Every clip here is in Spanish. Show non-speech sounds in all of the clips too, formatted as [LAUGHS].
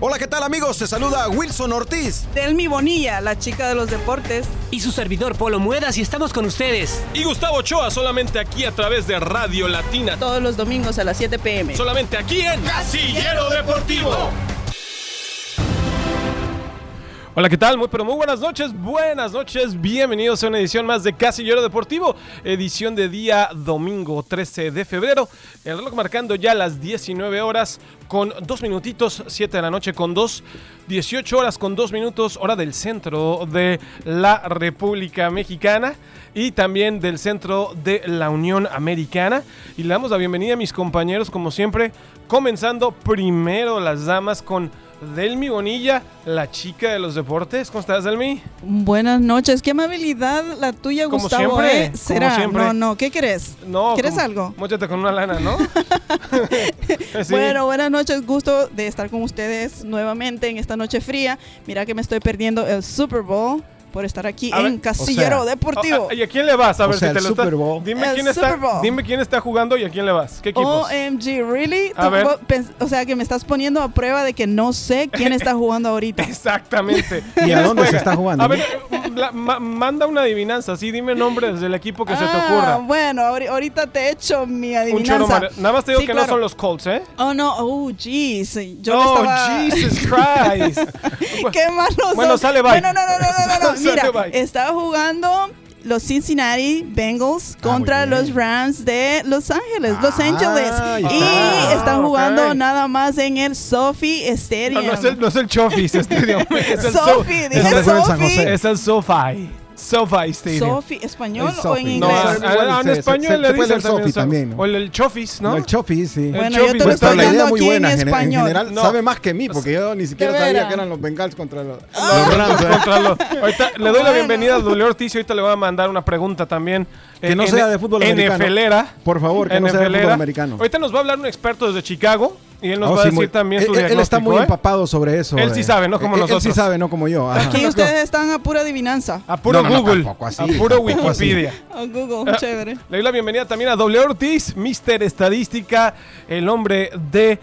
Hola, ¿qué tal amigos? Te saluda Wilson Ortiz. Delmi Bonilla, la chica de los deportes. Y su servidor Polo Muedas y estamos con ustedes. Y Gustavo Ochoa solamente aquí a través de Radio Latina. Todos los domingos a las 7 pm. Solamente aquí en Casillero Deportivo. Hola, ¿qué tal? Muy, pero muy buenas noches, buenas noches, bienvenidos a una edición más de Casillero Deportivo, edición de día domingo 13 de febrero, el reloj marcando ya las 19 horas con 2 minutitos, 7 de la noche con 2, 18 horas con 2 minutos, hora del centro de la República Mexicana y también del centro de la Unión Americana. Y le damos la bienvenida a mis compañeros, como siempre, comenzando primero las damas con... Delmi Bonilla, la chica de los deportes. ¿Cómo estás, Delmi? Buenas noches. Qué amabilidad la tuya, Como Gustavo. siempre, ¿eh? como Será. siempre. No, no. ¿Qué querés? No. ¿Quieres como- algo? Móchate con una lana, [LAUGHS] ¿no? [LAUGHS] Sí. Bueno, buenas noches. Gusto de estar con ustedes nuevamente en esta noche fría. Mira que me estoy perdiendo el Super Bowl por estar aquí A ver, en Casillero o sea, Deportivo. Ah, ¿Y a quién le vas? A O ver sea, si te el lo está- Super Bowl. Dime El quién, Super está, Bowl. Oh, eh. dime quién está jugando y a quién le vas. ¿Qué equipos? OMG, really? A ver. Tampoco pens- O sea, que me estás poniendo a prueba de que no sé quién está jugando [LAUGHS] ahorita. [LAUGHS] Exactamente. ¿Y a ¿Quiénes dónde se juegan? está jugando? A ver, eh, la- ma- manda una adivinanza, sí, dime nombres del equipo que se te Ah, ocurra. Bueno, ahori- ahorita te echo mi Un choro adivinanza. mar- Nada más te digo Sí, que no claro. son los Colts, ¿eh? Oh, no. Oh, jeez. Yo oh, estaba... Jesus Christ. [LAUGHS] Qué malos Bueno, son. sale, bye. Bueno, no, no, no, no, no, no. [LAUGHS] Sale, Mira, bye. estaba jugando los Cincinnati Ah, Bengals contra muy bien. los Rams de Los Ángeles, Los Ah, Ángeles. ahí Y está. están Ah, jugando ok. nada más en el Sophie No, Stadium. no es el, no es el Chofis [LAUGHS] Stadium. Es el Sophie, es dije el- juega en San Sophie. José. Es el SoFi. SoFi Stadium. Sophie, español El o en Sophie. inglés. No, Inglés. a- a- a- en Se- se- se español le puede dicen el Sofi so- también, ¿no? O el, el Chofis, ¿no? No, el Chofi, sí. El bueno, yo Chofi. te lo Pues, Pues, pero estoy la idea dando es muy aquí en buena. gen- En, español. general, No. sabe más que mí, porque yo ni siquiera De sabía veras. que eran los Bengals contra los, Ah. los Rams. ¿eh? Contra lo- ahorita le doy la Bueno. bienvenida a Julio Ortiz y ahorita le voy a mandar una pregunta también. Que no eh, sea N- de fútbol americano. NFLera. Por favor, que no sea de NFLera. fútbol americano. Ahorita nos va a hablar un experto desde Chicago y él nos Oh, va a sí, decir muy- también él, su él- él diagnóstico. está muy ¿eh? empapado sobre eso. Él sí eh. sabe, no como Él- Él nosotros. sí sabe, no como yo. ajá. Aquí ustedes están a pura adivinanza. A puro No, no, no, Google. tampoco así, a puro tampoco así. Wikipedia. Oh, Google, Ah, chévere. Le doy la bienvenida también a W. Ortiz, Mister Estadística, el hombre de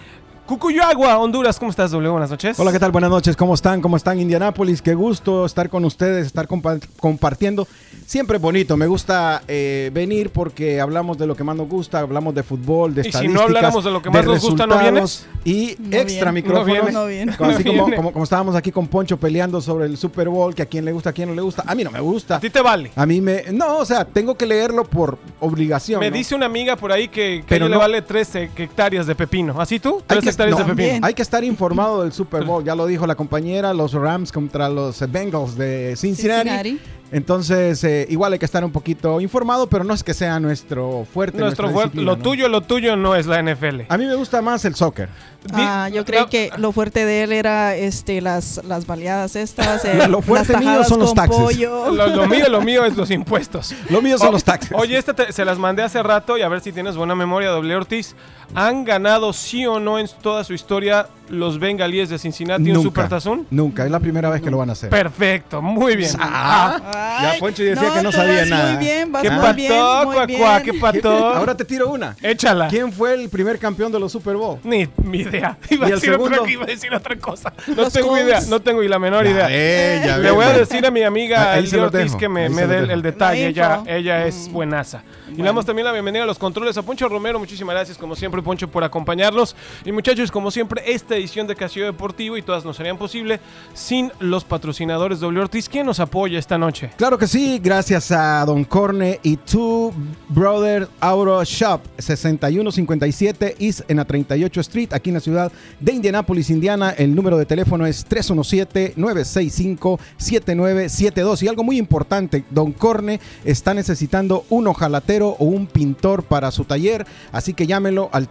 Cucuyagua, Honduras. ¿Cómo estás, W? Buenas noches. Hola, ¿qué tal? Buenas noches, ¿cómo están? ¿Cómo están Indianápolis? Qué gusto estar con ustedes, estar compa- compartiendo. Siempre es bonito, me gusta eh, venir porque hablamos de lo que más nos gusta, hablamos de fútbol, de Y si no estadísticas. habláramos de lo que más nos gusta, ¿no resultados Y No extra viene. No micrófonos. viene. No viene. Como- Así No como, viene. como, como estábamos aquí con Poncho peleando sobre el Super Bowl, que a quién le gusta, a quién no le gusta. A mí no me A gusta. ti te vale. A mí me... No, o sea, tengo que leerlo por obligación. Me ¿no? dice una amiga por ahí que, que a Pero ella le no. vale 13 hectáreas de pepino. ¿Así tú? Hay 3 que- hectáreas no, de pepino. Hay que estar informado del Super Bowl, ya lo dijo la compañera, los Rams contra los eh, Bengals de Cincinnati. Entonces, eh, igual hay que estar un poquito informado, pero no es que sea nuestro fuerte. Nuestro nuestra fuerte, disciplina, lo ¿no? Ah, tuyo, lo tuyo no es la NFL. A mí me gusta más el soccer. Di- Ah, yo creí no, que lo fuerte de él era este las las baleadas [LAUGHS] estas, eh, Lo- lo fuerte las mío tajadas son los con taxes. pollo. [LAUGHS] Lo, lo mío, lo mío es los impuestos. Lo mío son O- los taxis. Oh, Oye, esta te- se las mandé hace rato y a ver si tienes buena memoria, W. Ortiz. ¿Han ganado sí o no en toda su historia los bengalíes de Cincinnati un supertazón? Nunca, es la primera vez que lo van a hacer. Perfecto, muy bien. Ah, Ay, Ya Poncho decía que no tú sabía vas nada. Muy bien, vas ¿Qué muy pató, bien, muy cuacuá? bien. ¿Qué pató? Ahora te tiro una. Échala. ¿Quién fue el primer campeón de los Super Bowl? Ni mi [LAUGHS] idea. Iba a, ¿Y el decir otra, segundo? iba a decir otra [LAUGHS] cosa. No Los tengo Colts. idea, no tengo ni la menor Ya idea. ve, ya Le ve, voy a man. decir a mi amiga Ah, ahí Elsie se los Ortiz dejo, que me, ahí me se los dé el, dejo. el detalle. La Ella, info. ella es buenaza. Y le damos también la bienvenida a los controles a Poncho Romero. Muchísimas gracias, como siempre, Poncho, por acompañarnos. Y muchachos, como siempre, esta edición de Casillo Deportivo y todas nos serían posible sin los patrocinadores W Ortiz. ¿Quién nos apoya esta noche? Claro que sí, gracias a Don Corne y Two Brother Auto Shop, 6157 East en la 38 Street, aquí en la ciudad de Indianápolis, Indiana. El número de teléfono es 317-965-7972. Y algo muy importante, Don Corne está necesitando un ojalatero o un pintor para su taller, así que llámelo al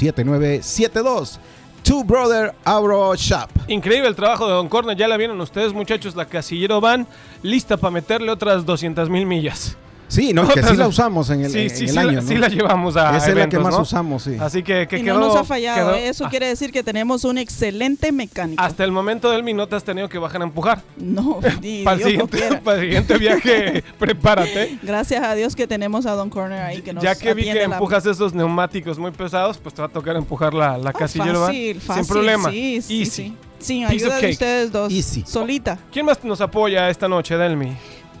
317-965-7972. Two Brother Auto Shop. Increíble el trabajo de Don Corner, ya la vieron ustedes muchachos, la Casillero van lista para meterle otras 200 mil millas. Sí, no, que Otras- sí la usamos en el, sí, en sí, el sí, año. la, ¿no? sí la llevamos a Esa es la que Ah, eventos, más ¿no? usamos, sí. Así que, que y quedó, no nos ha fallado. ¿eh? quedó- Eso ah, quiere decir que tenemos un excelente mecánico. Hasta el momento del minuto has tenido que bajar a empujar. [LAUGHS] no, ni Para el, Dios lo siguiente, [LAUGHS] quiera. para el [LAUGHS] siguiente viaje, prepárate. Gracias a Dios que tenemos a Don Corner ahí que nos ya que vi que atiende la- empujas esos neumáticos muy pesados, pues te va a tocar empujar la, la Ah, casillera fácil, fácil, sin problema. Sí, sí, Easy. sí. Sin Piece ayuda of de cake. ustedes dos. Easy. Solita. ¿Quién más nos apoya esta noche, Delmi?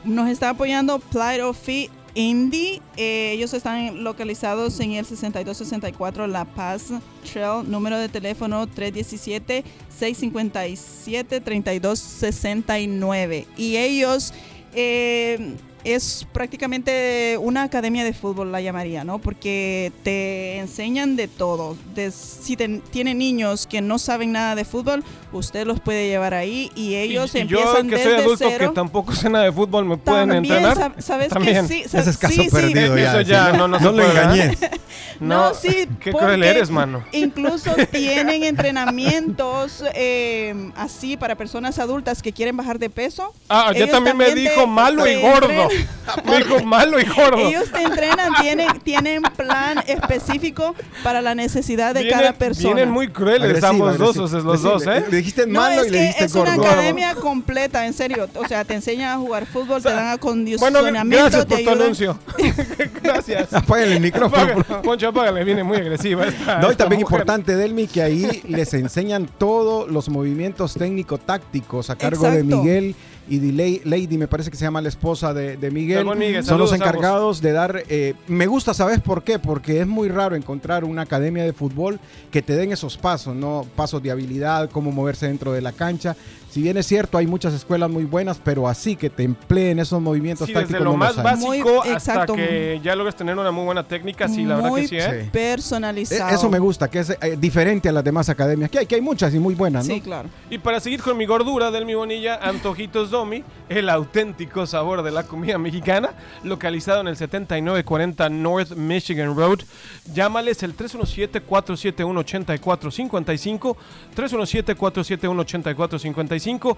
Nos está apoyando Plight of Feet Indy. Eh, ellos están localizados en el 6264 La Paz Trail. Número de teléfono 317-657-3269. Y ellos eh, es prácticamente una academia de fútbol, la llamaría, ¿no? Porque te enseñan de todo. Des- si ten- tienen niños que no saben nada de fútbol, usted los puede llevar ahí y ellos Y- y empiezan yo que soy desde adulto cero. que tampoco sé nada de fútbol, ¿me pueden También, entrenar? sab- ¿Sabes También. que sí? sab- Ese es caso sí, sí. perdido ya. Eso ya, sí. no, no se no lo puede, ¿verdad? engañé. [LAUGHS] No, sí. Qué porque cruel eres, mano. [LAUGHS] Incluso tienen entrenamientos eh, así para personas adultas que quieren bajar de peso. Ah, ya Ellos también me también te- dijo malo y te [LAUGHS] gordo. Me dijo malo y gordo. Ellos te [LAUGHS] entrenan, tienen, tienen plan específico para la necesidad de Vienen- cada persona. Vienen muy crueles Agresivo, ambos dos, agresivo. o sea, los Sí, dos, le- ¿eh? Le dijiste No, malo es y le que dijiste es gordo. una academia completa, en serio. O sea, te enseñan a jugar fútbol, te dan Bueno, acondicionamiento, gracias por te tu ayudan. anuncio. [LAUGHS] gracias. [LAUGHS] Apágale el micrófono. por Apaga- favor. Poncho, apágale, viene muy agresiva esta. [LAUGHS] No, y esta también mujer. importante, Delmi, que [LAUGHS] ahí les enseñan todos los movimientos técnico-tácticos a cargo de Exacto. Miguel y de Ley- Lady, me parece que se llama la esposa de, de Miguel. Del buen Miguel, Son los saludos a ambos. encargados de dar... eh, me gusta, ¿sabes por qué? Porque es muy raro encontrar una academia de fútbol que te den esos pasos, ¿no? Pasos de habilidad, cómo moverse dentro de la cancha. Si bien es cierto, hay muchas escuelas muy buenas, pero así que te empleen esos movimientos Sí, tácticos. desde lo no más los hay. básico Muy- hasta exacto. que ya logres tener una muy buena técnica, sí, la verdad Muy que sí, ¿eh? Sí. personalizado. Eh, Eso me gusta, que es eh, diferente a las demás academias, que hay, que hay muchas y muy buenas, ¿no? Sí, claro. Y para seguir con mi gordura del mi bonilla, Antojitos Domi, el auténtico sabor de la comida mexicana, localizado en el 7940 North Michigan Road. Llámales el 317-471-8455, 317-471-8455.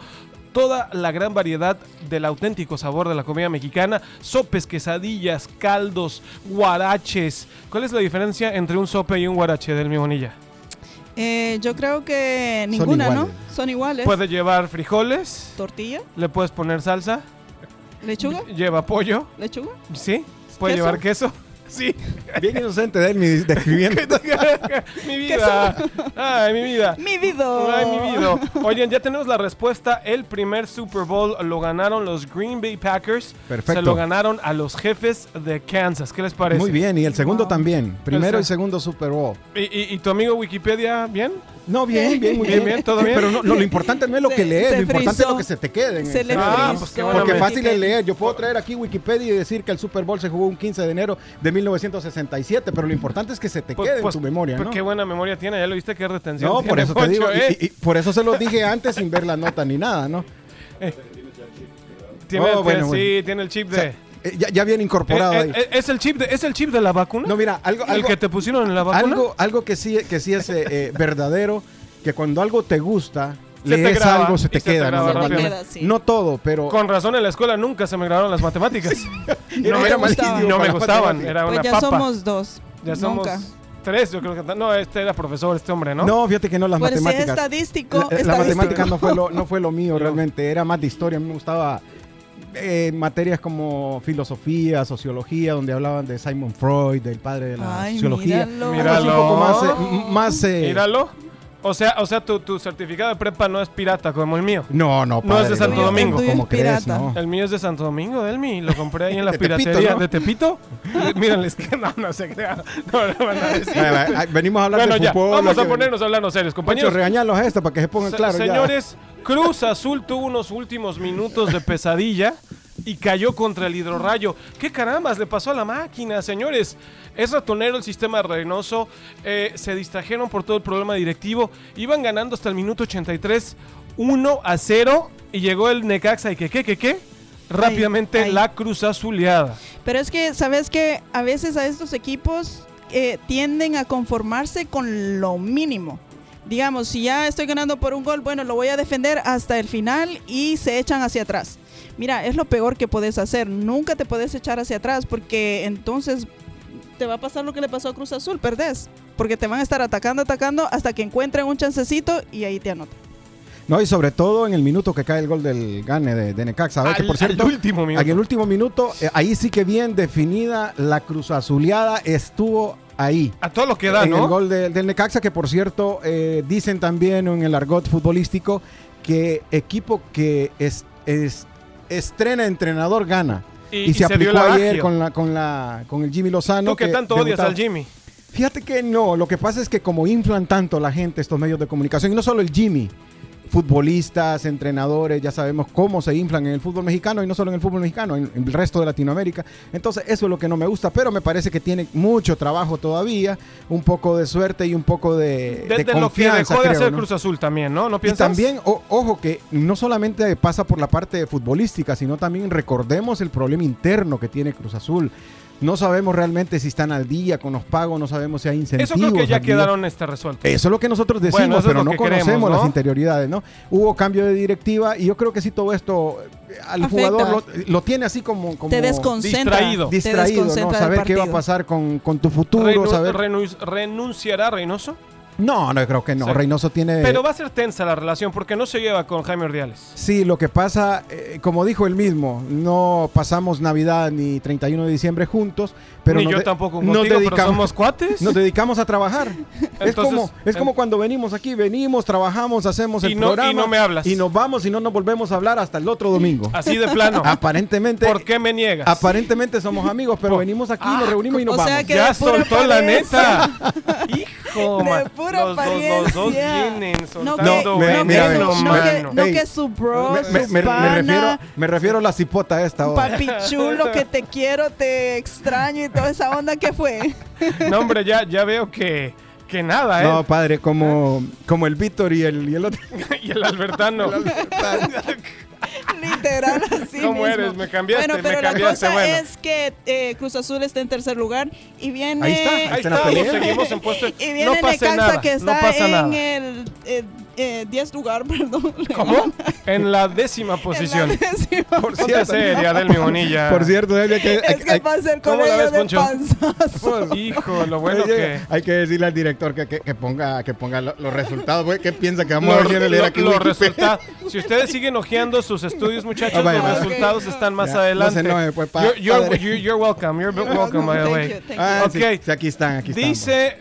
Toda la gran variedad del auténtico sabor de la comida mexicana, sopes, quesadillas, caldos, guaraches. ¿Cuál es la diferencia entre un sope y un guarache del mi bonilla? Eh, yo creo que ninguna, ¿no? iguales. Son iguales. Puede llevar frijoles, Tortilla, le puedes poner salsa. lechuga, Lleva pollo, lechuga. ¿sí? ¿Puede ¿Queso? llevar queso? [LAUGHS] Sí. Bien inocente de él, mi- [LAUGHS] describiendo. mi vida. Ay, mi vida. Mi vida. Ay, mi vida. Oigan, ya tenemos la respuesta. El primer Super Bowl lo ganaron los Green Bay Packers. Perfecto. Se lo ganaron a los jefes de Kansas. ¿Qué les parece? Muy bien, y el segundo Wow. también. Primero Ah, El y se- segundo Super Bowl. ¿Y, y- y tu amigo Wikipedia, bien? No, bien, bien, muy Bien, bien, todo bien. Pero no, no, lo importante no es lo Se- que lees, se lo importante es frizó. lo que se te quede. en el Se le cerebro. Ah, frizó pues qué la bueno, Porque me- fácil es leer. Yo puedo traer aquí Wikipedia y decir que el Super Bowl se jugó un 15 de enero de 1967, pero lo importante es que se te Pues- quede pues- en tu memoria, pues ¿no? Qué buena memoria tiene. Ya lo viste que retención No, tiene, por eso te Poncho, digo, y- ¿eh? y- y por eso se lo dije antes sin ver la nota ni nada, ¿no? Tiene- Oh, bueno, sí, bueno. tiene el chip O de... sea, eh, ya, ya bien incorporado Eh, ahí. eh, eh, es, el chip de, ¿Es el chip de la vacuna? No, mira, algo, ¿El algo, que te pusieron en la vacuna? algo, algo que sí, que sí es eh, eh, verdadero, que cuando algo te gusta, Se te lees graba, algo, se y te se te queda. graba ¿no? Se te Normalmente. queda, sí. No todo, pero Con razón en la escuela nunca se me grabaron las matemáticas. No me era- gustaban. no me Para gustaban, matemáticas. era Pues una ya papa. somos dos. ya somos Nunca. tres, yo creo que no, este era profesor, este hombre, ¿no? ¿no? fíjate que no las Pues si es matemáticas. estadístico, La, la estadístico. matemática no fue lo, no fue lo mío [LAUGHS] No. realmente, era más de historia. A mí me gustaba eh, materias como filosofía, sociología, donde hablaban de Simon Freud, del padre de la Ay, sociología. míralo. Algo así Míralo. Un poco más, eh, m- más eh, Míralo. O sea, o sea, tu, tu certificado de prepa no es pirata como el mío. No, no, No es de Santo no, Domingo. ¿Cómo Tuyo es crees? pirata. No. El mío es de Santo Domingo, Delmi. Lo compré ahí en [LAUGHS] la De Tepito, piratería ¿no? de Tepito. [LAUGHS] Mírenles que no, no se crean. [LAUGHS] No, no van a decir. Bueno, eh, Venimos a hablar Bueno, de ya, fútbol. vamos a aquí- ponernos a hablarnos serios, Poncho, compañeros. regañalos a esta para que se pongan Se- claros. ya. señores, Cruz Azul tuvo unos últimos minutos de pesadilla y cayó contra el hidrorrayo. ¿Qué carambas le pasó a la máquina, señores? Es ratonero el sistema Reynoso. eh, se distrajeron por todo el problema directivo. Iban ganando hasta el minuto 83, 1 a 0. Y llegó el Necaxa y que, ¿qué, qué, qué? Rápidamente ay. la Cruz Azuleada. Pero es que, ¿sabes que A veces a estos equipos eh, tienden a conformarse con lo mínimo. Digamos, si ya estoy ganando por un gol, bueno, lo voy a defender hasta el final y se echan hacia atrás. Mira, es lo peor que puedes hacer. Nunca te puedes echar hacia atrás porque entonces te va a pasar lo que le pasó a Cruz Azul, perdés. Porque te van a estar atacando, atacando hasta que encuentren un chancecito y ahí te anotan. No, y sobre todo en el minuto que cae el gol del Gane de, de Necaxa. A ver, que Al- por cierto, al último minuto. En el último minuto, eh, ahí sí que bien definida la cruz azuleada estuvo ahí. A todo lo que da, en el ¿no? gol de- del Necaxa, que por cierto, eh, dicen también en el argot futbolístico que equipo que es, es- estrena entrenador gana. Y- Y, y se, se dio aplicó la ayer magia. con, la, con, la, con el Jimmy Lozano. Tú que tanto odias debutaba. al Jimmy. Fíjate que no, lo que pasa es que como inflan tanto la gente estos medios de comunicación, y no solo el Jimmy, futbolistas, entrenadores, ya sabemos cómo se inflan en el fútbol mexicano y no solo en el fútbol mexicano, en en el resto de Latinoamérica. Entonces eso es lo que no me gusta, pero me parece que tiene mucho trabajo todavía, un poco de suerte y un poco de, de Desde lo que confianza. dejó de creo, hacer ¿no? Cruz Azul también, ¿no? ¿No Y piensas? también, o- ojo, que no solamente pasa por la parte futbolística, sino también recordemos el problema interno que tiene Cruz Azul. No sabemos realmente si están al día con los pagos, no sabemos si hay incentivos. Eso creo que ya al día. quedaron este resuelto. Eso es lo que nosotros decimos, Bueno, eso es pero lo no que conocemos queremos, ¿no? las interioridades, ¿no? Hubo cambio de directiva y yo creo que sí todo esto eh, al Afecta. jugador lo, lo tiene así como, como te desconcentra. distraído. te distraído, ¿no? desconcentra del Saber qué va a partido. pasar con, con tu futuro, Renu- saber... renu- ¿Renunciará Reynoso? no, no creo que no. Sí. Reynoso tiene... Pero va a ser tensa la relación porque no se lleva con Jaime Ordiales. Sí, lo que pasa, eh, como dijo él mismo, no pasamos Navidad ni 31 de diciembre juntos, pero Ni nos yo de- tampoco nos contigo, pero dedicamos- somos cuates. Nos dedicamos a trabajar. es Entonces, como, es como en- cuando venimos aquí, venimos, trabajamos, hacemos Y el no- y programa no me hablas. y nos vamos y no nos volvemos a hablar hasta el otro domingo. Así de plano. aparentemente, ¿Por qué Ah, me niegas? aparentemente somos amigos, pero venimos aquí, nos reunimos y nos o vamos. sea que ya de pura soltó la apariencia. neta. [LAUGHS] Hijo, De man. pura los, dos- los dos apariencia. vienen No soltando. que, no, me- que mira, su- no, no que, mano. no Ey, que su bro, me, me- su me- me pana, refiero, me refiero a la cipota esta hora. papi chulo, que te quiero, te extraño y toda esa onda que fue. [LAUGHS] No, hombre, ya, ya veo que, que nada, ¿eh? No, padre, como, como el Víctor y el, y el otro. [LAUGHS] y el Albertano. Literal así ¿Cómo mismo. eres? Me cambiaste, Bueno, me pero la cambiaste, cosa bueno. es que eh, Cruz Azul está en tercer lugar y viene... Ahí está, Ahí Está en la está, pelea. seguimos en puesto. [LAUGHS] Y viene no pasa Necaxa nada, que no está pasa en nada. el 10 eh, diez lugar, [LAUGHS] perdón. [LAUGHS] ¿Cómo? En la décima posición. En la [LAUGHS] décima. Por Ponte cierto, seria, Delmi Bonilla. Por cierto, Delia, que hay, [LAUGHS] Es que hay- va a ser con ¿Cómo la ellos ves, de Poncho? panzazo. Pues, Hijo, lo bueno hay- que... hay que decirle al director que, que- que ponga, que ponga lo- los resultados, porque ¿qué piensa que vamos a Los venir a leer aquí? Wikipedia? resultados. Si ustedes siguen ojeando sus estudios, muchachos, Ah, vaya, los vaya. resultados están más Ya, no se adelante. enoje, pues, pa- you're, you're- padre. you're- you're welcome. You're You're welcome. welcome, by the Thank way. you, thank you. [LAUGHS] Ah, sí, Ok. sí, aquí están, aquí están. Dice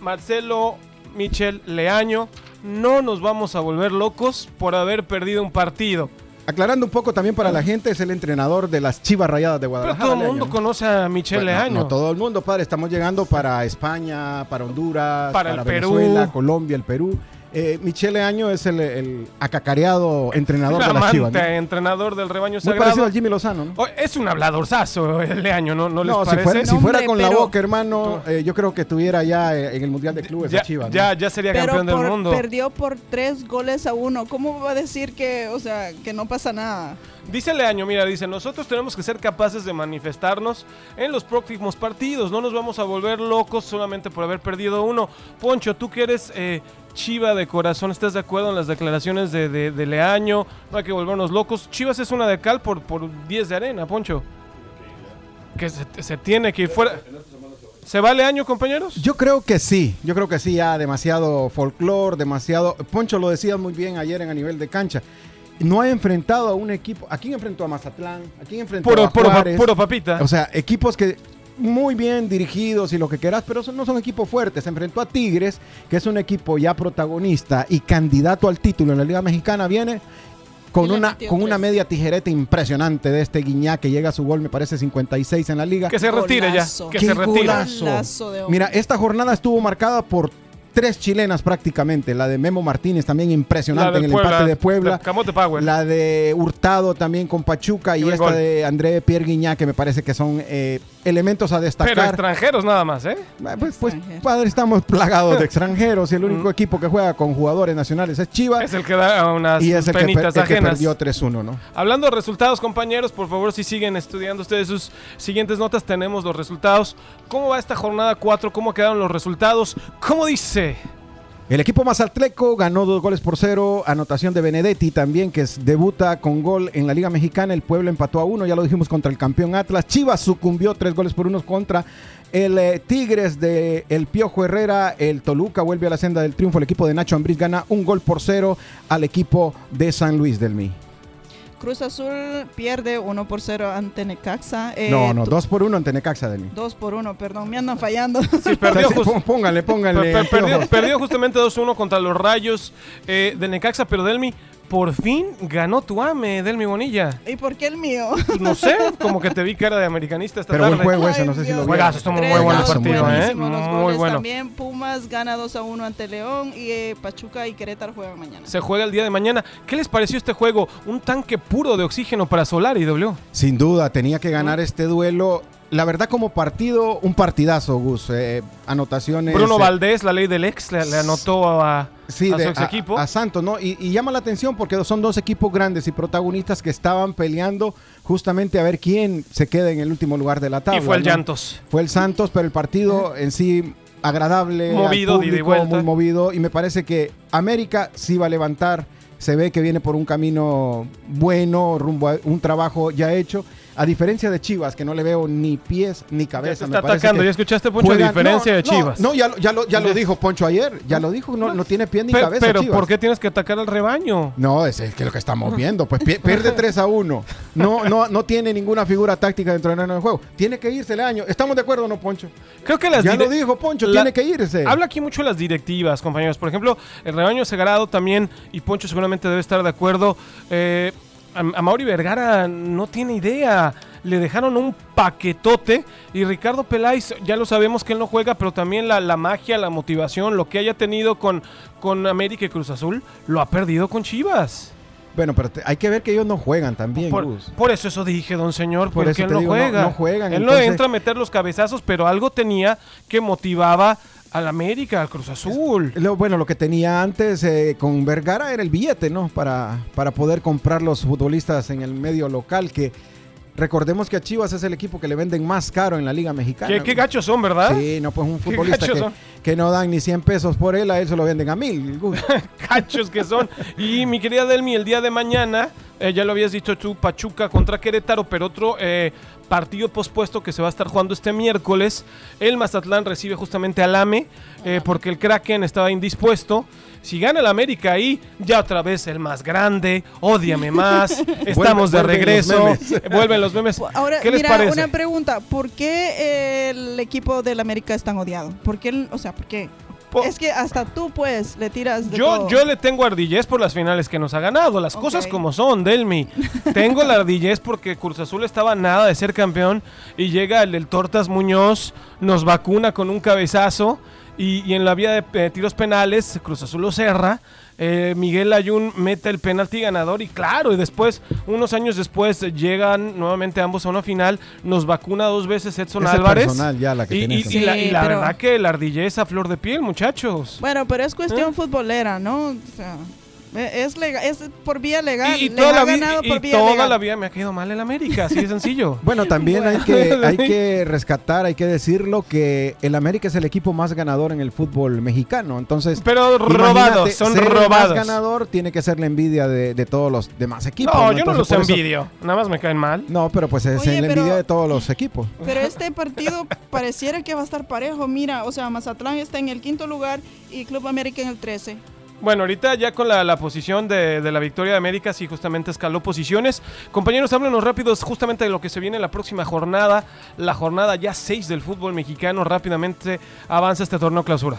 Marcelo Michel Leaño, no nos vamos a volver locos por haber perdido un partido. Ah, Aclarando un poco también para la gente, es el entrenador de las Chivas Rayadas de Pero Guadalajara. todo el Leaño, mundo ¿no? conoce a Michel Bueno, Leaño. No todo el mundo, padre. Estamos llegando para España, para Honduras, Para para, el Perú. Venezuela, Colombia, el Perú. Eh, Michele Año es el, el acacareado entrenador de las Flamante, Chivas. ¿no? entrenador del Muy rebaño parecido sagrado. al Jimmy Lozano, ¿no? Oh, Es un habladorzazo el Leaño, ¿no, no les No, si parece? fuera, si No, fuera hombre, con la pero- boca, hermano, eh, yo creo que estuviera ya eh, en el Mundial de Clubes ya, de Chivas. ¿no? ya, ya sería Pero campeón del por- mundo. perdió por tres goles a uno. ¿Cómo va a decir que, o sea, que no pasa nada? Dice Leaño, mira, dice, nosotros tenemos que ser capaces de manifestarnos en los próximos partidos, no nos vamos a volver locos solamente por haber perdido uno. Poncho, tú que eres eh, chiva de corazón, ¿estás de acuerdo en las declaraciones de, de- de Leaño? No hay que volvernos locos. Chivas es una de cal por, por 10 de arena, Poncho. Que se, se tiene que ir fuera. ¿Se va Leaño, compañeros? Yo creo que sí, yo creo que sí, ya demasiado folclore, demasiado... Poncho lo decía muy bien ayer en a nivel de cancha. No ha enfrentado a un equipo... ¿A quién enfrentó a Mazatlán? ¿A quién enfrentó Puro, a puro pa- Juárez? puro papita. O sea, equipos que muy bien dirigidos y lo que quieras, pero son- no son equipos fuertes. Se enfrentó a Tigres, que es un equipo ya protagonista y candidato al título en la Liga Mexicana. Viene Y con le una, metió con una tres. media tijereta impresionante de este Guiñá que llega a su gol, me parece 56 en la liga. que se retire ya. Golazo. Que ¡Qué se retire. golazo! Golazo de hombre. Mira, esta jornada estuvo marcada por tres chilenas prácticamente. La de Memo Martínez también La impresionante en del el Puebla, empate de Puebla. la Camote Power. La de Hurtado también con Pachuca Qué y buen esta gol. de André Pierre Guiñá, que me parece que son eh, elementos a Pero destacar. extranjeros nada más, ¿eh? Eh, Pues, pues, Extranjero. padre, estamos plagados de extranjeros y [LAUGHS] el Mm. único equipo que juega con jugadores nacionales es Chivas Es el que da unas y es el que, per- penitas el que ajenas. perdió 3-1, ¿no? Hablando de resultados, compañeros, por favor, si siguen estudiando ustedes sus siguientes notas, tenemos los resultados. ¿Cómo va esta jornada 4? ¿Cómo quedaron los resultados? ¿Cómo dice? El equipo mazatleco ganó dos goles por cero. Anotación de Benedetti también, que es- debuta con gol en la Liga Mexicana. El Pueblo empató a uno, ya lo dijimos, contra el campeón Atlas. Chivas sucumbió tres goles por uno contra el eh, Tigres de El Piojo Herrera. El Toluca vuelve a la senda del triunfo. El equipo de Nacho Ambriz gana un gol por cero al equipo de San Luis del Mi. Cruz Azul pierde 1 por 0 ante Necaxa. Eh, no, no, tu- dos por uno ante Necaxa del Mi. 2 por 1, perdón, me andan fallando. Sí, perdió, Sí, justo. pó- Póngale, póngale. Per- per- [LAUGHS] perdió, Piojos. perdió justamente 2-1 contra los Rayos eh, del Necaxa, pero Delmi por fin ganó tu AME, Delmi Bonilla. [LAUGHS] Pues ¿Y por qué el mío? No sé, como que te vi cara de americanista esta Pero buen tarde. juego ese, no sé si lo vieron. Dios. Juegazo, estuvo muy Tres, bueno el dos, partido, ¿eh? buenísimo, los Muy goles bueno. También Pumas gana 2 a 1 ante León y eh, Pachuca y Querétaro juegan mañana. Se juega el día de mañana. ¿Qué les pareció este juego? Un tanque puro de oxígeno para Solar y W. Sin duda, tenía que ganar este duelo. La verdad, como partido, un partidazo, Gus. Eh, anotaciones. Bruno eh, Valdés, la ley del ex, le, le anotó a, Sí, a de- su ex equipo. a Santos, ¿no? Y, y llama la atención porque son dos equipos grandes y protagonistas que estaban peleando justamente a ver quién se queda en el último lugar de la tabla. y fue el ¿no? Llantos. Fue el Santos, pero el partido en sí agradable. al Movido, ida y público, vuelta. Muy movido. Y me parece que América sí va a levantar. Se ve que viene por un camino bueno, rumbo a un trabajo ya hecho. A diferencia de Chivas, que no le veo ni pies ni Ya cabeza. se me está parece atacando. que ¿Ya escuchaste, Poncho? juegan- diferencia no, de no, Chivas. No, ya, lo- ya, lo, ya lo dijo Poncho ayer. Ya lo dijo. No, no tiene pie ni Pe- cabeza. pero Chivas. ¿por qué tienes que atacar al rebaño? No, es es que lo que estamos viendo, pues pie- pierde 3 a 1. No, no, no tiene ninguna figura táctica dentro del del juego. Tiene que irse el año. ¿Estamos de acuerdo o no, Poncho? Creo que las ya dire- lo dijo Poncho, Pues, la- tiene que irse. Habla aquí mucho las directivas, compañeros. Por ejemplo, el rebaño Sagrado también, y Poncho seguramente debe estar de acuerdo. eh, a, a Mauri Vergara no tiene idea. Le dejaron un paquetote. Y Ricardo Peláez, ya lo sabemos que él no juega, pero también la, la magia, la motivación, lo que haya tenido con, con América y Cruz Azul, lo ha perdido con Chivas. Bueno, pero te- hay que ver que ellos no juegan también, Por, Gus. por eso eso dije, don señor, Por porque eso él te no digo, no- juega. no juegan, él entonces- no entra a meter los cabezazos, pero algo tenía que motivaba al América, al Cruz Azul. Lo- bueno, lo que tenía antes eh, con Vergara era el billete, ¿no? Para, para poder comprar los futbolistas en el medio local, que recordemos que a Chivas es el equipo que le venden más caro en la Liga Mexicana. ¿Qué, qué gachos son, ¿verdad? Sí, no, pues un Qué futbolista gachos que, son. que no dan ni 100 pesos por él, a él se lo venden a mil. Gus. Gachos que son. Y mi querida Delmi, el día de mañana, eh, ya lo habías dicho tú, Pachuca contra Querétaro, pero otro eh, partido pospuesto que se va a estar jugando este miércoles. El Mazatlán recibe justamente al AME, eh, porque el Kraken estaba indispuesto. Si gana el América ahí, ya otra vez el más grande, [LAUGHS] ódiame más, estamos de vuelven los regreso, memes. Eh, vuelven los memes. Ahora, ¿Qué les mira, parece? una pregunta. ¿Por qué eh, el equipo del América es tan odiado? ¿Por qué? el- O sea, ¿por qué? Po- es que hasta tú, pues, le tiras de Yo, todo. yo le tengo ardillez por las finales que nos ha ganado, las cosas Ok. como son, Delmi. Tengo la ardillez porque Cruz Azul estaba nada de ser campeón y llega el del Tortas Muñoz, nos vacuna con un cabezazo y, y en la vía de eh, tiros penales Cruz Azul lo cerra. eh, Miguel Ayun mete el penalti ganador y claro, y después, unos años después, eh, llegan nuevamente ambos a una final, nos vacuna dos veces Edson Ese Álvarez. personal ya la que y, tienes. y- y la, y Sí, la pero- verdad que la ardillez a flor de piel, muchachos. Bueno, pero es ¿Eh? cuestión futbolera, ¿no? O sea, e- es, lega- es por vía legal. Y, y Les toda, ha la, vi- ganado y- por y vía toda legal. la vida me ha caído mal el América, así de sencillo. [LAUGHS] Bueno, también hay, que, [LAUGHS] hay que rescatar, hay que decirlo, que el América es el equipo más ganador en el fútbol mexicano. Entonces, Pero pues, imagínate, robados, son ser el robados. más ganador tiene que ser la envidia de, de todos los demás equipos. no, yo no Entonces, los por eso- envidio, nada más me caen mal. No, pero pues es Oye, la pero- envidia de todos los equipos. [LAUGHS] Pero este partido pareciera que va a estar parejo. Mira, o sea, Mazatlán está en el quinto lugar y Club América en el 13. Bueno, ahorita ya con la, la posición de, de la victoria de América, sí, justamente escaló posiciones. Compañeros, háblenos rápidos justamente de lo que se viene en la próxima jornada, la jornada ya 6 del fútbol mexicano. Rápidamente avanza este torneo clausura.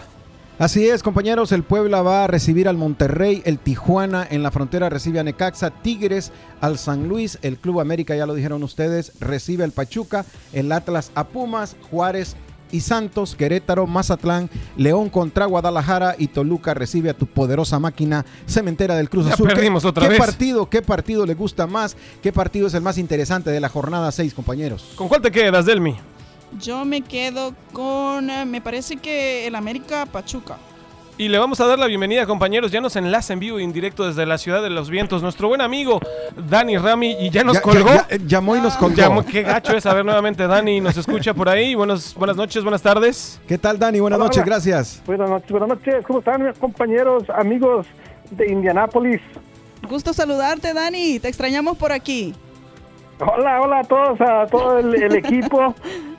Así es, compañeros. El Puebla va a recibir al Monterrey, el Tijuana en la frontera recibe a Necaxa, Tigres al San Luis, el Club América, ya lo dijeron ustedes, recibe al Pachuca, el Atlas a Pumas, Juárez y Santos, Querétaro, Mazatlán, León contra Guadalajara y Toluca recibe a tu poderosa máquina cementera del Cruz Ya Azul. ¿Qué- perdimos otra qué vez. partido, qué partido le gusta más? ¿Qué partido es el más interesante de la jornada 6, compañeros? ¿Con cuál te quedas, Delmi? Yo me quedo con, eh, me parece que el América Pachuca. Y le vamos a dar la bienvenida, compañeros. Ya nos enlaza en vivo y en directo desde la ciudad de los vientos nuestro buen amigo Dani Rami. Y ya eh, nos Ya- colgó. Ah. ya- ya- llamó y nos colgó. Llamó- qué gacho es. A ver, nuevamente Dani nos escucha por ahí. Buenos, buenas noches, buenas tardes. ¿Qué tal, Dani? Buenas Hola, noches, hola. gracias. Buenas noches, buenas noches. ¿Cómo están, compañeros, amigos de Indianápolis? Gusto saludarte, Dani. Te extrañamos por aquí. Hola, hola a todos, a todo el, el equipo,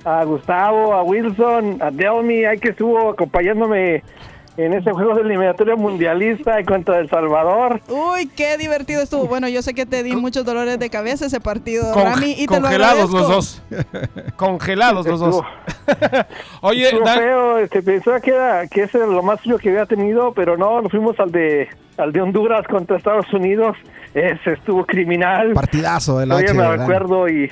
a Gustavo, a Wilson, a Delmi, ahí que estuvo acompañándome en ese juego de eliminatoria mundialista en contra El Salvador. Uy, qué divertido estuvo. Bueno, yo sé que te di muchos dolores de cabeza ese partido, Con- Rami, y te lo congelados los agradezco. dos. Congelados los dos. Estuvo- [LAUGHS] Oye, estuvo Dan- feo, este, pensaba que, era, que ese era lo más frío que había tenido, pero no, nos fuimos al de, al de Honduras contra Estados Unidos. Ese estuvo criminal. Partidazo de la Todavía H. me Dani. acuerdo y,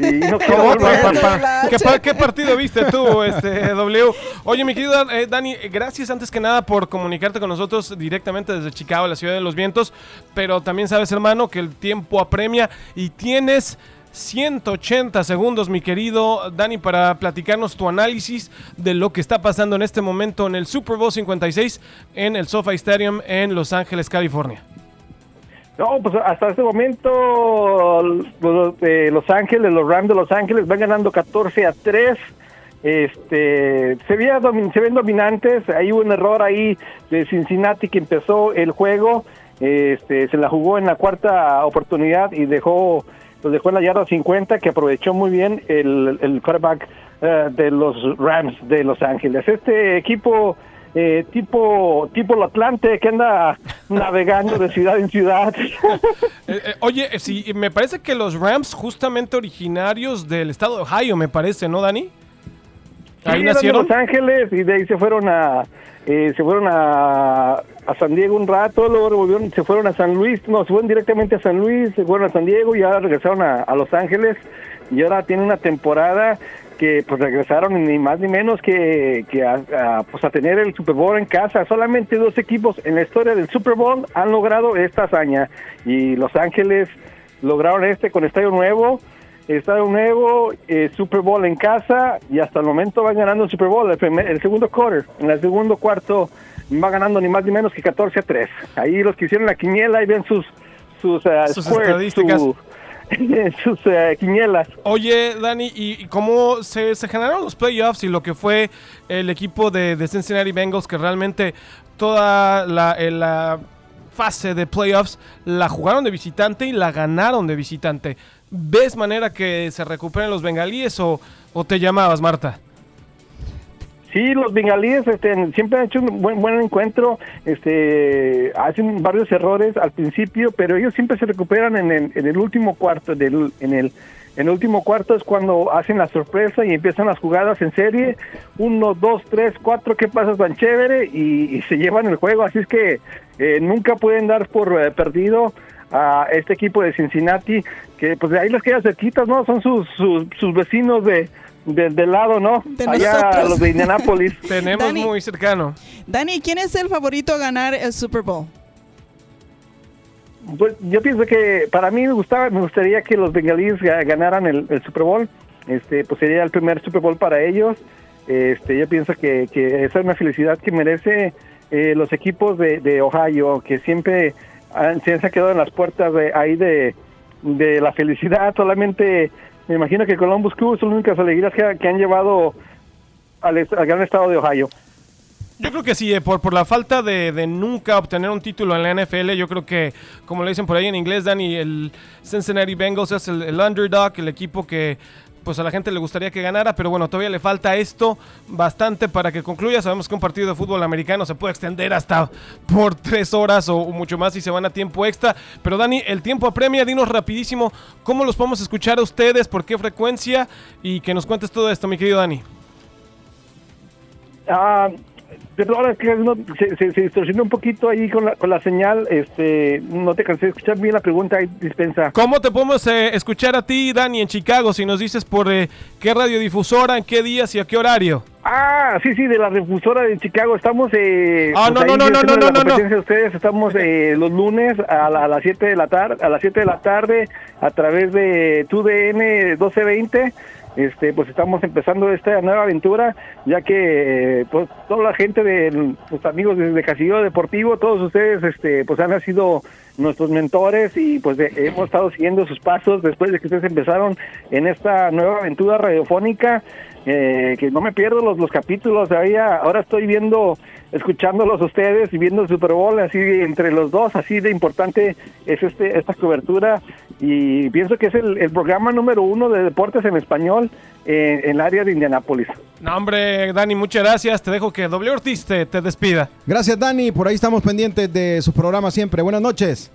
y no quiero ¿Cómo, Qué volver a pa- bueno, pa- la pa- H. ¿Qué, pa- qué partido viste [LAUGHS] tú, este, W? Oye, mi querido eh, Dani, gracias antes que nada por comunicarte con nosotros directamente desde Chicago, la ciudad de los vientos, pero también sabes, hermano, que el tiempo apremia y tienes 180 segundos, mi querido Dani, para platicarnos tu análisis de lo que está pasando en este momento en el Super Bowl 56 en el SoFi Stadium en Los Ángeles, California. No, pues hasta este momento los, eh, los Ángeles, los Rams de Los Ángeles van ganando 14 a 3. Este, se, veía domin- se ven dominantes, hay un error ahí de Cincinnati que empezó el juego, este, se la jugó en la cuarta oportunidad y dejó los dejó en la yarda 50 que aprovechó muy bien el, el quarterback eh, de los Rams de Los Ángeles. Este equipo eh, tipo tipo el Atlante que anda navegando de ciudad en ciudad. Eh, eh, oye, eh, sí, me parece que los Rams, justamente originarios del estado de Ohio, me parece, ¿no, Dani? Ahí [LAUGHS] Sí, eran de nacieron. Los Ángeles y de ahí se fueron a eh, se fueron a, a San Diego un rato, luego volvieron, se fueron a San Luis, no, se fueron directamente a San Luis, se fueron a San Diego y ahora regresaron a, a Los Ángeles y ahora tienen una temporada que pues regresaron ni más ni menos que, que a, a, pues, a tener el Super Bowl en casa. Solamente dos equipos en la historia del Super Bowl han logrado esta hazaña y Los Ángeles lograron este con Estadio Nuevo. Estadio Nuevo, eh, Super Bowl en casa y hasta el momento van ganando el Super Bowl, el, primer- el segundo quarter, en el segundo cuarto va ganando ni más ni menos que 14 a 3. Ahí los que hicieron la quiniela, ahí ven sus sus, eh, Sus estadísticas. su- [LAUGHS] sus eh, quinielas. Oye, Dani, ¿y, y cómo se, se generaron los playoffs y lo que fue el equipo de, de Cincinnati Bengals que realmente toda la, eh, la fase de playoffs la jugaron de visitante y la ganaron de visitante? ¿Ves manera que se recuperen los bengalíes o, o te llamabas, Marta? Sí, los bengalíes este, siempre han hecho un buen, buen encuentro, este, hacen varios errores al principio, pero ellos siempre se recuperan en el, en el último cuarto, del, en el en el último cuarto es cuando hacen la sorpresa y empiezan las jugadas en serie, uno, dos, tres, cuatro, qué pasas tan chévere y, y se llevan el juego, así es que eh, nunca pueden dar por eh, perdido a este equipo de Cincinnati, que pues de ahí les queda cerquitas, ¿no? Son sus, sus, sus vecinos de, del- del lado, ¿no? De Allá nosotros. los [LAUGHS] de Indianápolis. Tenemos Dani. muy cercano. Dani, ¿quién es el favorito a ganar el Super Bowl? Pues, yo pienso que para mí me gustaba, me gustaría que los bengalíes ga- ganaran el, el Super Bowl. Este, pues sería el primer Super Bowl para ellos. Este, yo pienso que, que esa es una felicidad que merece eh, los equipos de, de Ohio, que siempre han- se han quedado en las puertas de, ahí de, de la felicidad. Solamente me imagino que Columbus Crew son las únicas alegrías que, que han llevado al, est- al gran estado de Ohio. Yo creo que sí, eh, por, por la falta de, de nunca obtener un título en la NFL, yo creo que, como le dicen por ahí en inglés, Dani, el Cincinnati Bengals es el, el underdog, el equipo que pues a la gente le gustaría que ganara, pero bueno, todavía le falta esto bastante para que concluya. Sabemos que un partido de fútbol americano se puede extender hasta por tres horas o, o mucho más si se van a tiempo extra. Pero Dani, el tiempo apremia, dinos rapidísimo cómo los podemos escuchar a ustedes, por qué frecuencia y que nos cuentes todo esto, mi querido Dani. Ah, de verdad es que no- se, se, se distorsionó un poquito ahí con la, con la señal. Este, no te cansé de escuchar bien la pregunta, ahí dispensa. ¿Cómo te podemos eh, escuchar a ti, Dani, en Chicago? Si nos dices por eh, qué radiodifusora, en qué días y a qué horario. Ah, sí, sí, de la difusora de Chicago. Estamos. Eh, Ah, no, ahí no, no, no, haciendo no, no, la no. competencia de ustedes. Estamos eh, los lunes a, la- a las 7 de la tarde, a las 7 de la tarde a través de TUDN 1220 este, pues estamos empezando esta nueva aventura, ya que pues, toda la gente de los amigos de, de Casillero Deportivo, todos ustedes, este, pues han sido nuestros mentores y pues de- hemos estado siguiendo sus pasos después de que ustedes empezaron en esta nueva aventura radiofónica. eh, que no me pierdo los, los capítulos, ahí a- ahora estoy viendo, escuchándolos a ustedes y viendo el Super Bowl, así entre los dos, así de importante es este esta cobertura y pienso que es el, el programa número uno de deportes en español eh, en el área de Indianápolis. No, hombre, Dani, muchas gracias. Te dejo que doble Ortiz te, te despida. Gracias, Dani. Por ahí estamos pendientes de sus programas siempre. Buenas noches.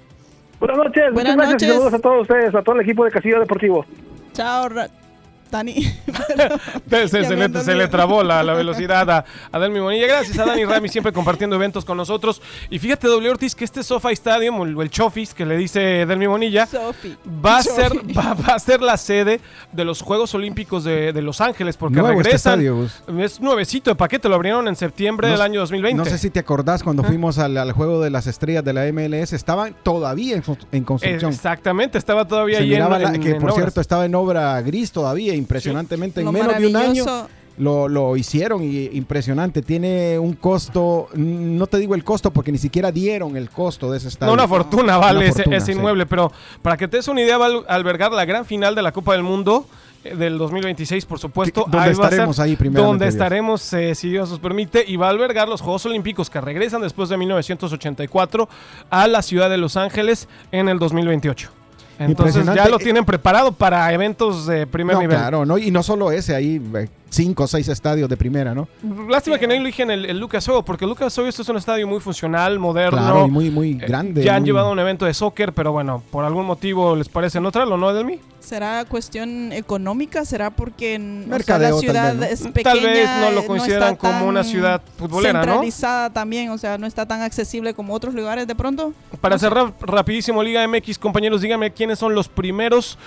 Buenas noches, Buenas muchas gracias y noches. saludos a todos ustedes, a todo el equipo de Castillo Deportivo. Chao, Ra- [LAUGHS] Dani. [LAUGHS] Se, se- Ya se me le, ando se le olvidando. trabó la, la velocidad a, a Dani Bonilla. Gracias a Dani Rami siempre compartiendo eventos con nosotros. Y fíjate, W. Ortiz, que este Sofa Stadium, o el Chofis, que le dice Delmi Bonilla, Sofi. va a, ser, Sofi. va, va a ser la sede de los Juegos Olímpicos de, de Los Ángeles, porque Nuevo este regresan. estadio, Gus. es nuevecito de paquete, lo abrieron en septiembre del No- año 2020. No sé si te acordás cuando Ah. fuimos al, al juego de las estrellas de la MLS. Estaban todavía en, constru- en Eh, construcción. Exactamente, estaba todavía Se ahí en- miraba la- en- que en por obras. cierto estaba en obra gris todavía, impresionantemente. Lo en menos de un año maravilloso- lo, lo hicieron y impresionante. Tiene un costo, mm, no te digo el costo porque ni siquiera dieron el costo de ese estadio. No, una fortuna vale Una ese, fortuna, ese sí. inmueble, pero para que te des una idea, va a albergar la gran final de la Copa del Mundo eh, del 2026, por supuesto. Que- donde va a estaremos ahí, primeramente Donde Dios. estaremos, eh, si Dios nos permite, y va a albergar los Juegos Olímpicos que regresan después de 1984 a la ciudad de Los Ángeles en el 2028. Entonces ya Impresionante. lo tienen preparado para eventos de primer No, nivel. claro, no, y no solo ese, hay eh, cinco o seis estadios de primera, ¿no? Lástima que no eligen el, el Lucas Oil, porque el Lucas Oil esto es un estadio muy funcional, moderno. Claro, y muy, muy Eh, grande. Ya han muy- llevado un evento de soccer, pero bueno, por algún motivo les parece no traerlo, ¿no, Delmi? ¿Será cuestión económica? ¿Será porque en, o sea, Mercadeo, la tal ciudad vez, ¿no? es pequeña? Mm, Tal vez no lo eh, consideran está como una tan ciudad futbolera, ¿no? centralizada también, o sea, no está tan accesible como otros lugares de pronto. Para cerrar rapidísimo Liga MX, compañeros, díganme quiénes son los primeros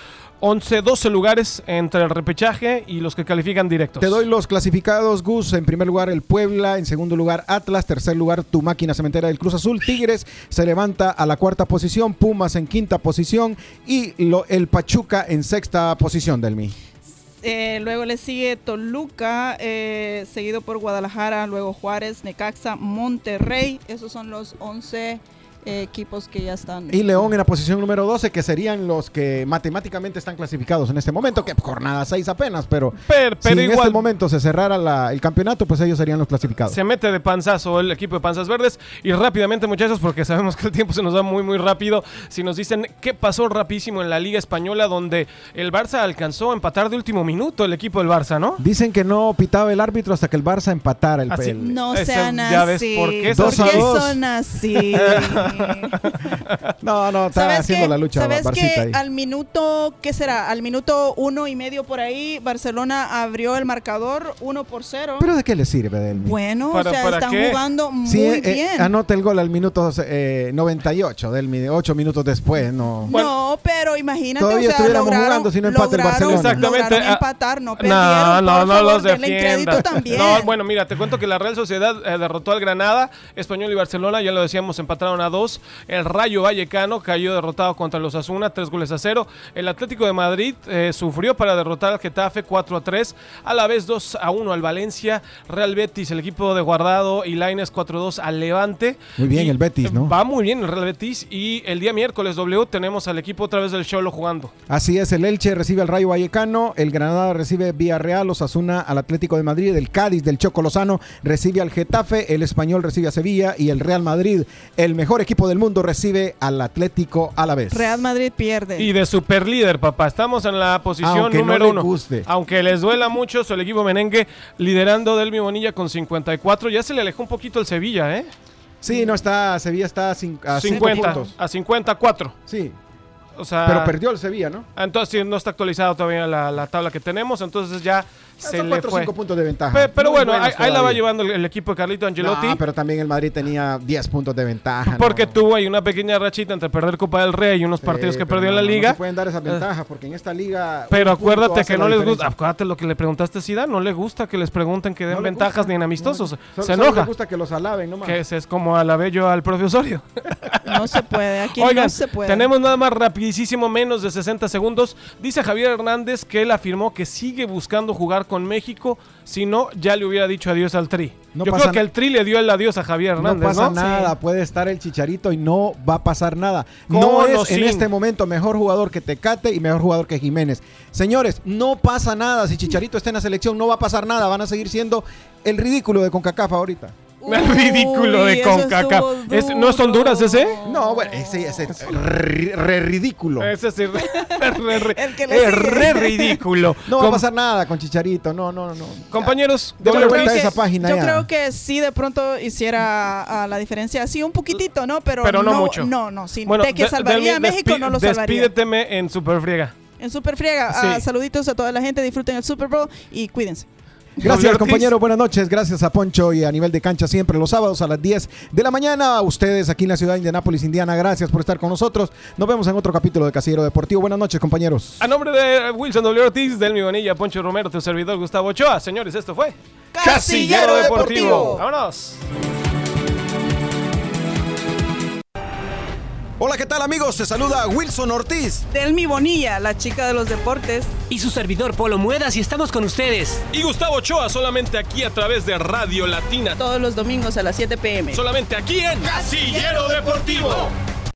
11, 12 lugares entre el repechaje y los que califican directos. Te doy los clasificados, Gus. En primer lugar, el Puebla. En segundo lugar, Atlas. Tercer lugar, tu máquina cementera del Cruz Azul. Tigres se levanta a la cuarta posición. Pumas en quinta posición. Y lo- el Pachuca en sexta posición, Delmi. Eh, luego le sigue Toluca, eh, seguido por Guadalajara, luego Juárez, Necaxa, Monterrey. Esos son los 11 eh, equipos que ya están. Y León en la posición número 12, que serían los que matemáticamente están clasificados en este momento, que jornada 6 apenas, pero, Pero, si pero en igual este momento se cerrara la- el campeonato, pues ellos serían los clasificados. se mete de panzazo el equipo de Panzas Verdes. Y rápidamente, muchachos, porque [LAUGHS] sabemos que el tiempo se nos va muy, muy rápido. Si nos dicen qué pasó rapidísimo en la Liga Española, donde el Barça alcanzó a empatar de último minuto el equipo del Barça, ¿no? Dicen que no pitaba el árbitro hasta que el Barça empatara el, Así- el- No Ese- sean ya ves así. por qué Dos a dos. son [LAUGHS] así? No, no, está haciendo qué? la lucha ¿Sabes Barcita qué? ahí. al minuto, ¿qué será? Al minuto uno y medio por ahí, Barcelona abrió el marcador 1 por 0. ¿Pero de qué le sirve, Delmi? bueno, ¿Para- o sea, para están qué? jugando muy Sí, eh, eh, bien. anota el gol al minuto eh, 98 del mi- ocho minutos después, no. no, pero imagínate, Todavía o sea, estuviéramos lograron, jugando si no empata el lograron- Barcelona. Exactamente, lograron ah, empatar, no No, perdieron, no, por no favor, los denle crédito defienda. también. No, bueno, mira, te cuento que la Real Sociedad eh, derrotó al Granada, Español y Barcelona, ya lo decíamos, empataron a dos. El Rayo Vallecano cayó derrotado contra los Asuna, tres goles a cero. El Atlético de Madrid eh, sufrió para derrotar al Getafe 4 a 3, a la vez 2 a 1 al Valencia. Real Betis, el equipo de Guardado y Laines 4 2 al Levante. Muy bien, el Betis, ¿no? Va muy bien el Real Betis y el día miércoles W tenemos al equipo otra vez del Cholo jugando. Así es, el Elche recibe al Rayo Vallecano, el Granada recibe Villarreal, Osasuna al Atlético de Madrid, el Cádiz del Choco Lozano recibe al Getafe, el Español recibe a Sevilla y el Real Madrid, el mejor equipo del mundo, recibe al Atlético a la vez. Real Madrid pierde. Y de superlíder, papá. Estamos en la posición Aunque no número le uno. guste. Aunque les duela mucho, el equipo merengue liderando Delmi Bonilla con 54. Ya se le alejó un poquito el Sevilla, ¿eh? Sí, no está, Sevilla está a, cin- a cinco 50. puntos. A 54. Sí, O sea, pero perdió el Sevilla, ¿no? ah, Entonces sí, no está actualizada todavía la, la tabla que tenemos. Entonces ya se Ah, Son le cuatro o fue. cinco puntos de ventaja. Pe- pero Muy bueno, buenos ahí, ahí la va todavía. llevando el, el equipo de Carlito Angelotti. No, pero también el Madrid tenía 10 puntos de ventaja. Porque tú tuvo ahí una pequeña rachita entre perder Copa del Rey y unos partidos que perdió en la liga. eh, pueden dar esas ventajas porque en esta liga. Pero un punto acuérdate hace que la no les diferencia. gusta, acuérdate lo que le preguntaste a Zidane, no le gusta que les pregunten que den No le ventajas gusta, ni en no, amistosos, no. Solo- se solo enoja, les gusta que los alaben nomás. que ese es como alabé yo al profesorio. No se puede, aquí Oigan, no se puede. tenemos nada más rapidísimo, menos de 60 segundos. Dice Javier Hernández que él afirmó que sigue buscando jugar con México, si no, ya le hubiera dicho adiós al Tri. No Yo pasa creo que na- el Tri le dio el adiós a Javier No Hernández, pasa ¿no? nada, puede estar el chicharito y no va a pasar nada. No Con o es en sin. este momento mejor jugador que Tecate y mejor jugador que Jiménez. Señores, no pasa nada. Si Chicharito está en la selección, no va a pasar nada. Van a seguir siendo el ridículo de Concacaf ahorita. El ridículo de Uy, eso CONCACAF. estuvo Es- ¿no es Honduras ese? duro. No, bueno, ese, ese es re, re ridículo. Ese sí, re, [LAUGHS] re- re- El que le es sigue. re ridículo. No va a Com- pasar nada con Chicharito. No, no, no. Compañeros, Dale doble vuelta pick. a esa página yo ya. creo que sí de pronto hiciera ah, la diferencia, sí un poquitito, ¿no? Pero, Pero no mucho. No, no, sí. Bueno, de que de- salvaría Delmi, a México despi- no lo salvaría. Despídeteme en Superfriega. En Superfriega, Sí. ah, saluditos a toda la gente, disfruten el Super Bowl y cuídense. Gracias, Ortiz. compañero. Buenas noches. Gracias a Poncho y a nivel de cancha siempre los sábados a las 10 de la mañana. A ustedes aquí en la ciudad de Indianápolis, Indiana. Gracias por estar con nosotros. Nos vemos en otro capítulo de Casillero Deportivo. Buenas noches, compañeros. A nombre de Wilson W. Ortiz, Delmi Bonilla, Poncho Romero, tu servidor Gustavo Ochoa. Señores, esto fue Casillero Deportivo. ¡Vámonos! Hola, ¿qué tal amigos? Te saluda Wilson Ortiz. Delmi Bonilla, la chica de los deportes. Y su servidor Polo Muedas y estamos con ustedes. Y Gustavo Ochoa solamente aquí a través de Radio Latina. Todos los domingos a las 7 pm. Solamente aquí en Casillero Deportivo.